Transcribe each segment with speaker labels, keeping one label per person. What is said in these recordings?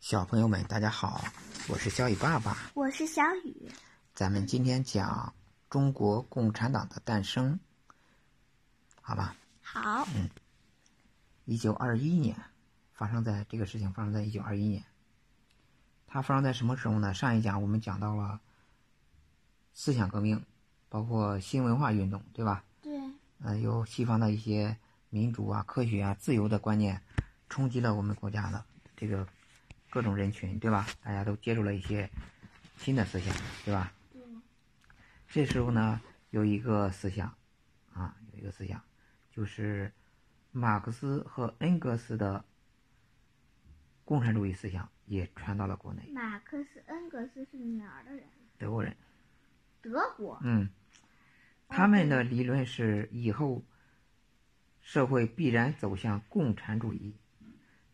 Speaker 1: 小朋友们，大家好，我是小雨爸爸。
Speaker 2: 我是小雨。
Speaker 1: 咱们今天讲中国共产党的诞生，好吧？
Speaker 2: 好，
Speaker 1: 嗯一九二一年，发生在这个事情发生在一九二一年。它发生在什么时候呢？上一讲我们讲到了思想革命，包括新文化运动，对吧？
Speaker 2: 对，
Speaker 1: 呃，由西方的一些民主啊、科学啊、自由的观念，冲击了我们国家的这个各种人群，对吧？大家都接受了一些新的思想，对吧？
Speaker 2: 嗯，
Speaker 1: 这时候呢，有一个思想，啊，有一个思想，就是马克思和恩格斯的共产主义思想也传到了国内，
Speaker 2: 马克思·恩格斯是哪儿的人？
Speaker 1: 德国人。
Speaker 2: 德国。
Speaker 1: 嗯，他们的理论是以后社会必然走向共产主义，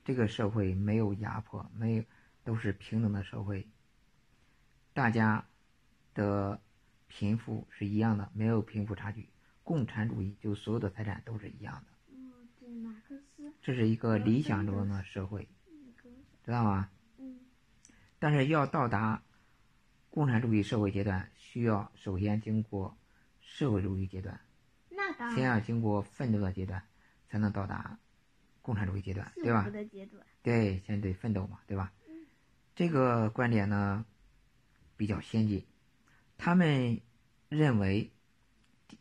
Speaker 1: 这个社会没有压迫，没有都是平等的社会，大家的贫富是一样的，没有贫富差距。共产主义就所有的财产都是一样的，
Speaker 2: 嗯，对，马克思。
Speaker 1: 这是一个理想中的社会，知道吗？
Speaker 2: 嗯，
Speaker 1: 但是要到达共产主义社会阶段，需要首先经过社会主义阶段。
Speaker 2: 那当
Speaker 1: 先
Speaker 2: 然。
Speaker 1: 要经过奋斗的阶段，才能到达共产主义阶段，啊对
Speaker 2: 幸
Speaker 1: 吧
Speaker 2: 福？的阶段。
Speaker 1: 对，先得奋斗嘛，对吧？这个观点呢比较先进，他们认为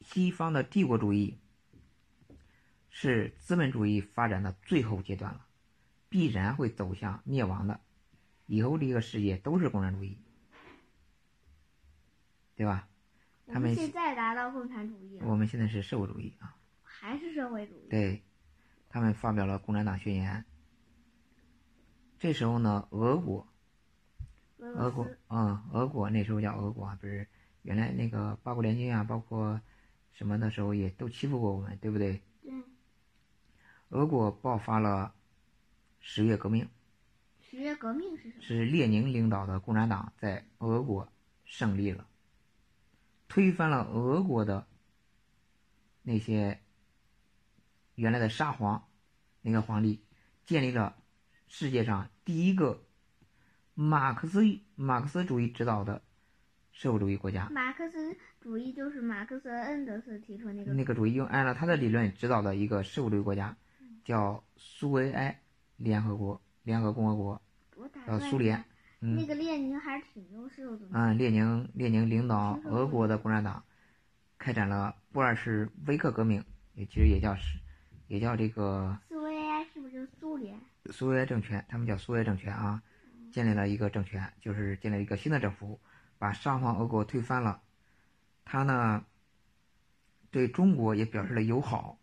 Speaker 1: 西方的帝国主义是资本主义发展的最后阶段了，必然会走向灭亡的，以后这个世界都是共产主义，对吧？
Speaker 2: 我
Speaker 1: 他们
Speaker 2: 现在达到共产主义了，
Speaker 1: 我们现在是社会主义啊。
Speaker 2: 还是社会主义？
Speaker 1: 对，他们发表了《共产党宣言》。这时候呢，俄国，
Speaker 2: 俄
Speaker 1: 俄
Speaker 2: 罗
Speaker 1: 国
Speaker 2: 斯，，
Speaker 1: 嗯，俄国那时候叫俄国啊，不是原来那个八国联军啊，包括什么的时候也都欺负过我们，对不对？
Speaker 2: 对，
Speaker 1: 俄国爆发了十月革命，
Speaker 2: 十月革命是什么？
Speaker 1: 是列宁领导的共产党在俄国胜利了，推翻了俄国的那些原来的沙皇那个皇帝，建立了世界上第一个马克思马克思主义指导的社会主义国家。
Speaker 2: 马克思主义就是马克思·恩格斯提出那个
Speaker 1: 那个主义用按照他的理论指导的一个社会主义国家，叫苏维埃联合国联合共和国，
Speaker 2: 我打
Speaker 1: 呃，
Speaker 2: 断一下
Speaker 1: 苏联。嗯
Speaker 2: 那个列宁还是挺优秀的。
Speaker 1: 嗯，列宁列宁领导
Speaker 2: 听说过
Speaker 1: 俄国的共产党，开展了布尔什维克革命，也其实也叫是，也叫这个
Speaker 2: 苏维埃是不是就是苏联？
Speaker 1: 苏维埃政权，他们叫苏维埃政权啊，建立了一个政权，就是建立了一个新的政府，把沙皇俄国推翻了。他呢，对中国也表示了友好，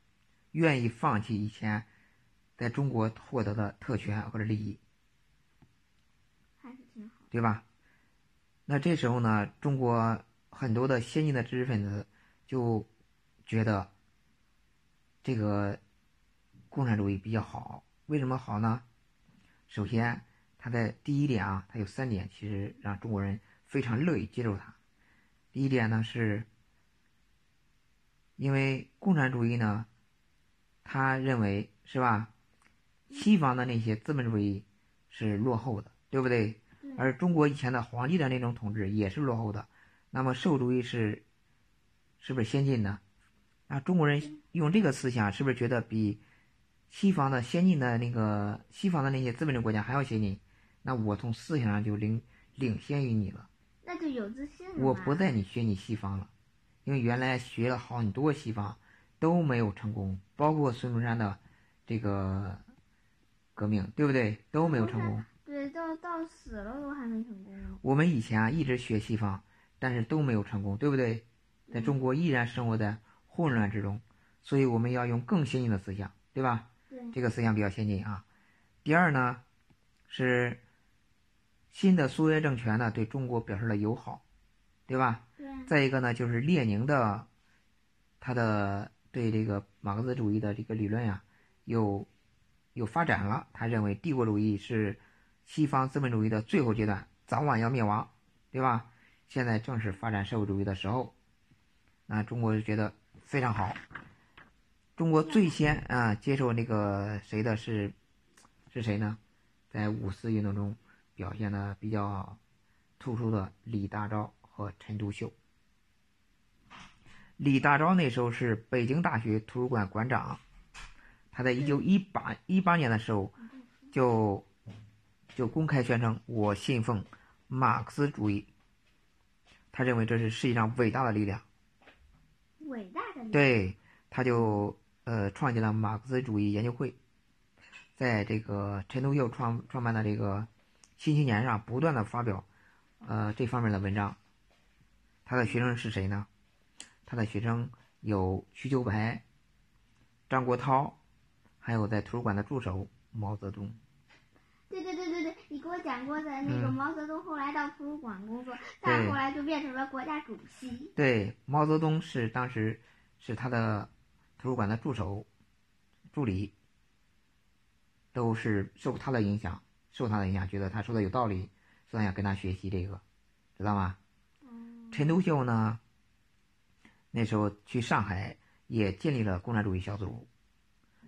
Speaker 1: 愿意放弃以前在中国获得的特权或者利益。
Speaker 2: 还是挺好。
Speaker 1: 对吧？那这时候呢，中国很多的先进的知识分子就觉得这个共产主义比较好。为什么好呢？首先，它在第一点啊，它有三点，其实让中国人非常乐意接受它。第一点呢，是因为共产主义呢，他认为是吧，西方的那些资本主义是落后的，对不对？
Speaker 2: 对，
Speaker 1: 而中国以前的皇帝的那种统治也是落后的，那么社会主义是是不是先进呢？啊，中国人用这个思想是不是觉得比西方的先进的那个西方的那些资本主义国家还要先进？那我从思想上就领领先于你了，
Speaker 2: 那就有自信了嘛。
Speaker 1: 我不再你学你西方了，因为原来学了好多西方都没有成功，包括孙中山的这个革命，对不对？都没有成功。
Speaker 2: 对，到到死了都还没成功呢。
Speaker 1: 我们以前啊一直学西方，但是都没有成功，对不对？在中国依然生活在混乱之中，所以我们要用更先进的思想，对吧？
Speaker 2: 对，
Speaker 1: 这个思想比较先进啊。第二呢，是新的苏维埃政权呢对中国表示了友好，对吧？
Speaker 2: 对，啊
Speaker 1: 再一个呢，就是列宁的他的对这个马克思主义的这个理论呀、有有发展了。他认为帝国主义是西方资本主义的最后阶段，早晚要灭亡，对吧？现在正是发展社会主义的时候，那中国就觉得非常好。中国最先啊接受那个谁的是是谁呢？在五四运动中，表现的比较突出的李大钊和陈独秀。李大钊那时候是北京大学图书馆馆长，他在一九一八一八年的时候就就公开宣称我信奉马克思主义，他认为这是世界上伟大的力量。
Speaker 2: 伟大的你，
Speaker 1: 对，他就呃创建了马克思主义研究会，在这个陈独秀创创办的这个《新青年》上不断的发表呃这方面的文章。他的学生是谁呢？他的学生有瞿秋白、张国焘，还有在图书馆的助手毛泽东。
Speaker 2: 对对对对对，你给我讲过的那个
Speaker 1: 嗯
Speaker 2: 毛泽东后来到图书馆工作，再后来就变成了国家主席。
Speaker 1: 对，毛泽东是当时是他的图书馆的助手、助理，都是受他的影响，受他的影响，觉得他说的有道理，所以想跟他学习这个，知道吗？
Speaker 2: 嗯，
Speaker 1: 陈独秀呢，那时候去上海也建立了共产主义小组，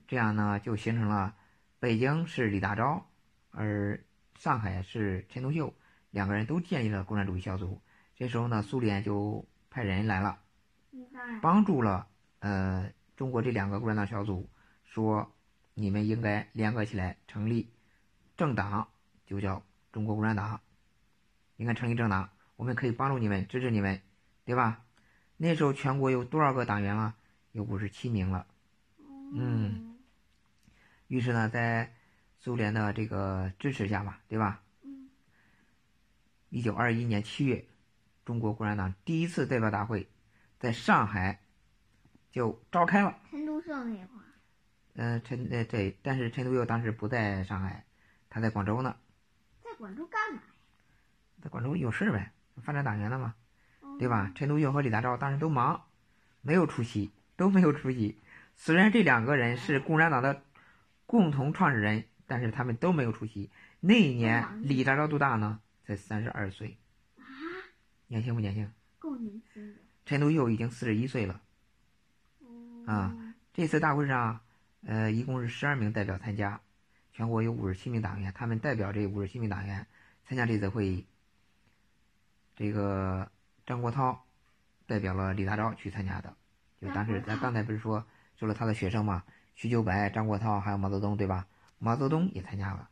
Speaker 1: 这样呢就形成了北京是李大钊，而上海是陈独秀，两个人都建立了共产主义小组。这时候呢，苏联就派人来了，
Speaker 2: 嗯当然，
Speaker 1: 帮助了呃中国这两个共产党小组，说你们应该联合起来成立政党，就叫中国共产党，应该成立政党，我们可以帮助你们，支持你们，对吧？那时候全国有多少个党员啊？有五十七名了。嗯于是呢，在苏联的这个支持下吧，对吧？
Speaker 2: 嗯
Speaker 1: 一九二一年七月，中国共产党第一次代表大会在上海就召开了。
Speaker 2: 陈独秀那会儿，
Speaker 1: 嗯、陈呃对，但是陈独秀当时不在上海，他在广州呢，
Speaker 2: 在广州干嘛？
Speaker 1: 在广州有事儿呗，发展党员了嘛，
Speaker 2: 嗯
Speaker 1: 对吧？？陈独秀和李大钊当时都忙，没有出席，都没有出席。虽然这两个人是共产党的共同创始人，但是他们都没有出席。那一年
Speaker 2: 都忙，
Speaker 1: 李大钊多大呢？才三十二岁，
Speaker 2: 啊，
Speaker 1: 年轻不年轻？
Speaker 2: 够年轻的。
Speaker 1: 陈独秀已经四十一岁了。
Speaker 2: 嗯
Speaker 1: 啊，这次大会上，呃，一共是十二名代表参加，全国有五十七名党员，他们代表这五十七名党员参加这次会议。这个张国焘代表了李大钊去参加的，就当时咱刚才不是说说了他的学生嘛，瞿秋白、张国焘还有毛泽东，对吧？毛泽东也参加了，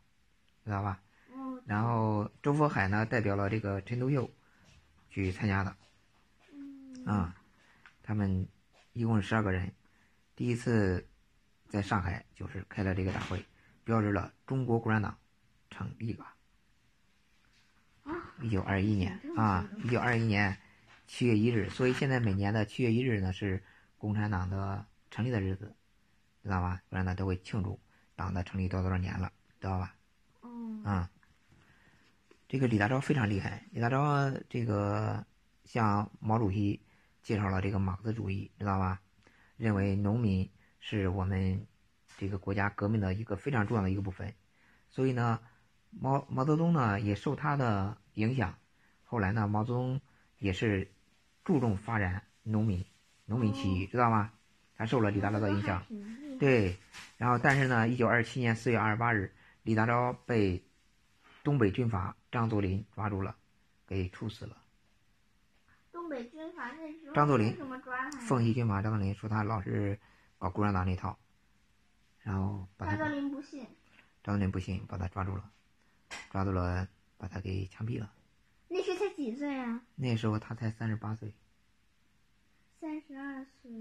Speaker 1: 知道吧？
Speaker 2: 嗯
Speaker 1: 然后周佛海呢，代表了这个陈独秀去参加的。
Speaker 2: 嗯
Speaker 1: 啊、他们一共是十二个人，第一次在上海就是开了这个大会，标志了中国共产党成立了。
Speaker 2: 啊，
Speaker 1: 一九二一年
Speaker 2: 这么
Speaker 1: 啊
Speaker 2: 久，
Speaker 1: 一九二一年七月一日，所以现在每年的七月一日呢是共产党的成立的日子，知道吧？共产党都会庆祝党的成立多少多少年了，知道吧？
Speaker 2: 嗯
Speaker 1: 啊、这个李大钊非常厉害。李大钊这个向毛主席介绍了这个马克思主义，知道吧？认为农民是我们这个国家革命的一个非常重要的一个部分，所以呢，毛毛泽东呢也受他的影响，后来呢，毛泽东也是注重发展农民农民起义，知道吗？他受了李大钊的影响。，
Speaker 2: 对，
Speaker 1: 对，然后但是呢，一九二七年四月二十八日，李大钊被东北军阀张作霖抓住了，给处死了。
Speaker 2: 东北军阀那时候
Speaker 1: 张作霖
Speaker 2: 为什么抓他呀？
Speaker 1: 奉系军阀张作霖说他老是搞共产党那套，然后把他
Speaker 2: 张作
Speaker 1: 张
Speaker 2: 霖不信，
Speaker 1: 作霖不信，把他抓住了，抓住了，把他给枪毙了。
Speaker 2: 那时才几岁啊？
Speaker 1: 那时候他才三十八岁，
Speaker 2: 三十二岁，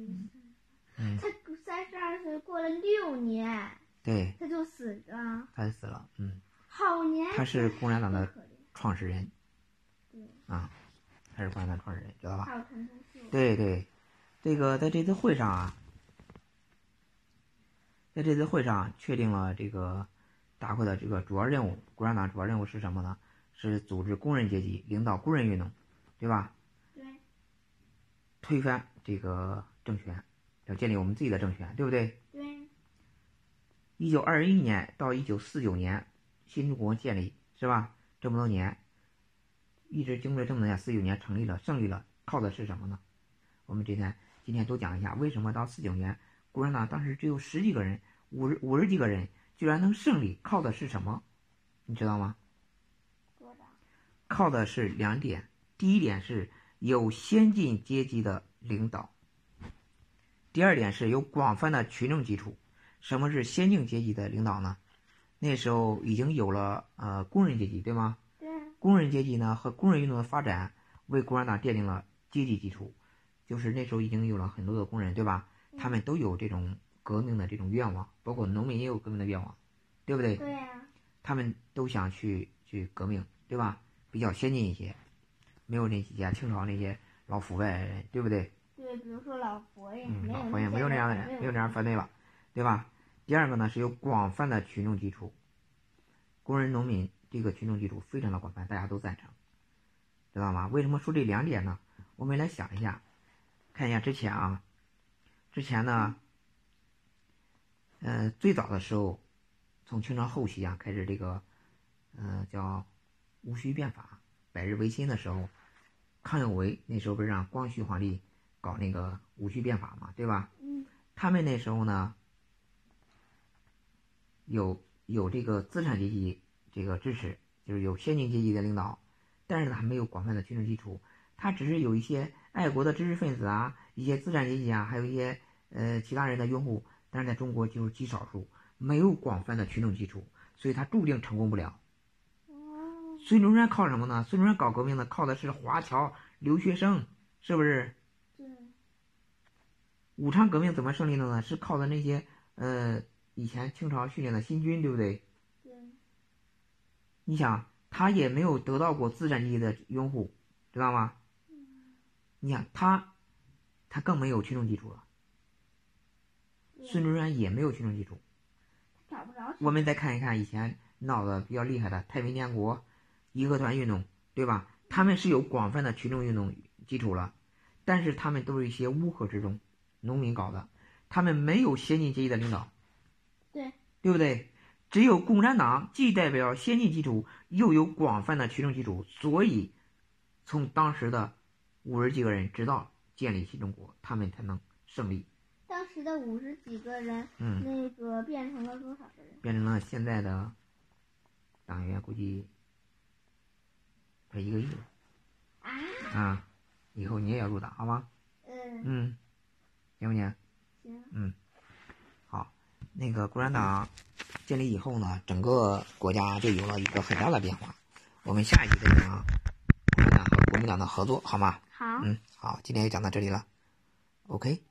Speaker 1: 嗯
Speaker 2: 他三十二岁过了六年，
Speaker 1: 对，
Speaker 2: 他就死了，
Speaker 1: 他就死了。嗯，
Speaker 2: 好年轻，
Speaker 1: 他是共产党
Speaker 2: 真
Speaker 1: 的
Speaker 2: 可怜，
Speaker 1: 创始人
Speaker 2: 对，
Speaker 1: 啊，他是共产党创始人，知道吧？
Speaker 2: 还有陈独秀，
Speaker 1: 对对，这个在这次会上啊，在这次会上确定了这个大会的这个主要任务，共产党主要任务是什么呢？是组织工人阶级，领导工人运动，对吧？
Speaker 2: 对，
Speaker 1: 推翻这个政权，要建立我们自己的政权，对不对？
Speaker 2: 对，
Speaker 1: 一九二一年到一九四九年，新中国建立是吧？这么多年，一直经历了这么多年，四九年成立了，胜利了，靠的是什么呢？我们今天今天多讲一下，为什么到四九年，共产党当时只有十几个人，五十五十几个人，居然能胜利，靠的是什么？你知道吗？靠的是两点，第一点是有先进阶级的领导，第二点是有广泛的群众基础。什么是先进阶级的领导呢？那时候已经有了呃工人阶级，对吗？
Speaker 2: 对，
Speaker 1: 工人阶级呢和工人运动的发展为共产党奠定了阶级基础，就是那时候已经有了很多的工人，对吧？他们都有这种革命的这种愿望，包括农民也有革命的愿望，对不对？
Speaker 2: 对呀、
Speaker 1: 他们都想去去革命，对吧？比较先进一些，没有那几家清朝那些老腐败人，对不对？
Speaker 2: 对，比如说老佛爷，
Speaker 1: 嗯，
Speaker 2: 没
Speaker 1: 老
Speaker 2: 有
Speaker 1: 佛爷没有那样的人，没有那样的分类了，对吧？第二个呢是有广泛的群众基础，工人、农民这个群众基础非常的广泛，大家都赞成，知道吗？为什么说这两点呢？我们来想一下，看一下之前啊，之前呢，呃，最早的时候，从清朝后期啊开始这个，呃，叫戊戌变法、百日维新的时候，康有为那时候不是让光绪皇帝搞那个戊戌变法嘛，对吧？
Speaker 2: 嗯，
Speaker 1: 他们那时候呢，有有这个资产阶级这个支持，就是有先进阶级的领导，但是呢还没有广泛的群众基础，他只是有一些爱国的知识分子啊，一些资产阶级啊，还有一些呃其他人的拥护，但是在中国就是极少数，没有广泛的群众基础，所以他注定成功不了。
Speaker 2: 哦，
Speaker 1: 孙中山靠什么呢？孙中山搞革命呢，靠的是华侨留学生，是不是？
Speaker 2: 对，
Speaker 1: 武昌革命怎么胜利的呢？是靠的那些呃以前清朝训练的新军，对不对？
Speaker 2: 对，
Speaker 1: 你想，他也没有得到过资产阶级的拥护，知道吗？你想他，他更没有群众基础了。
Speaker 2: 对
Speaker 1: 孙中山也没有群众基础。
Speaker 2: 找不着
Speaker 1: 我们再看一看以前闹得比较厉害的太平天国、义和团运动，对吧？他们是有广泛的群众运动基础了，但是他们都是一些乌合之众、农民搞的，他们没有先进阶级的领导，
Speaker 2: 对
Speaker 1: 对不对？只有共产党既代表先进基础，又有广泛的群众基础，所以从当时的五十几个人直到建立新中国，他们才能胜利。
Speaker 2: 当时的五十几个人，
Speaker 1: 嗯，
Speaker 2: 那个变成了多少个人？
Speaker 1: 变成了现在的党员，估计快一个亿了。
Speaker 2: 啊，
Speaker 1: 啊，以后你也要入党，好吗？
Speaker 2: 嗯，
Speaker 1: 嗯，行不行？
Speaker 2: 行，
Speaker 1: 好，那个共产党建立以后呢，整个国家就有了一个很大的变化。我们下一集再讲共产党和国民党的合作，好吗？
Speaker 2: 好。
Speaker 1: 嗯，好，今天就讲到这里了。OK。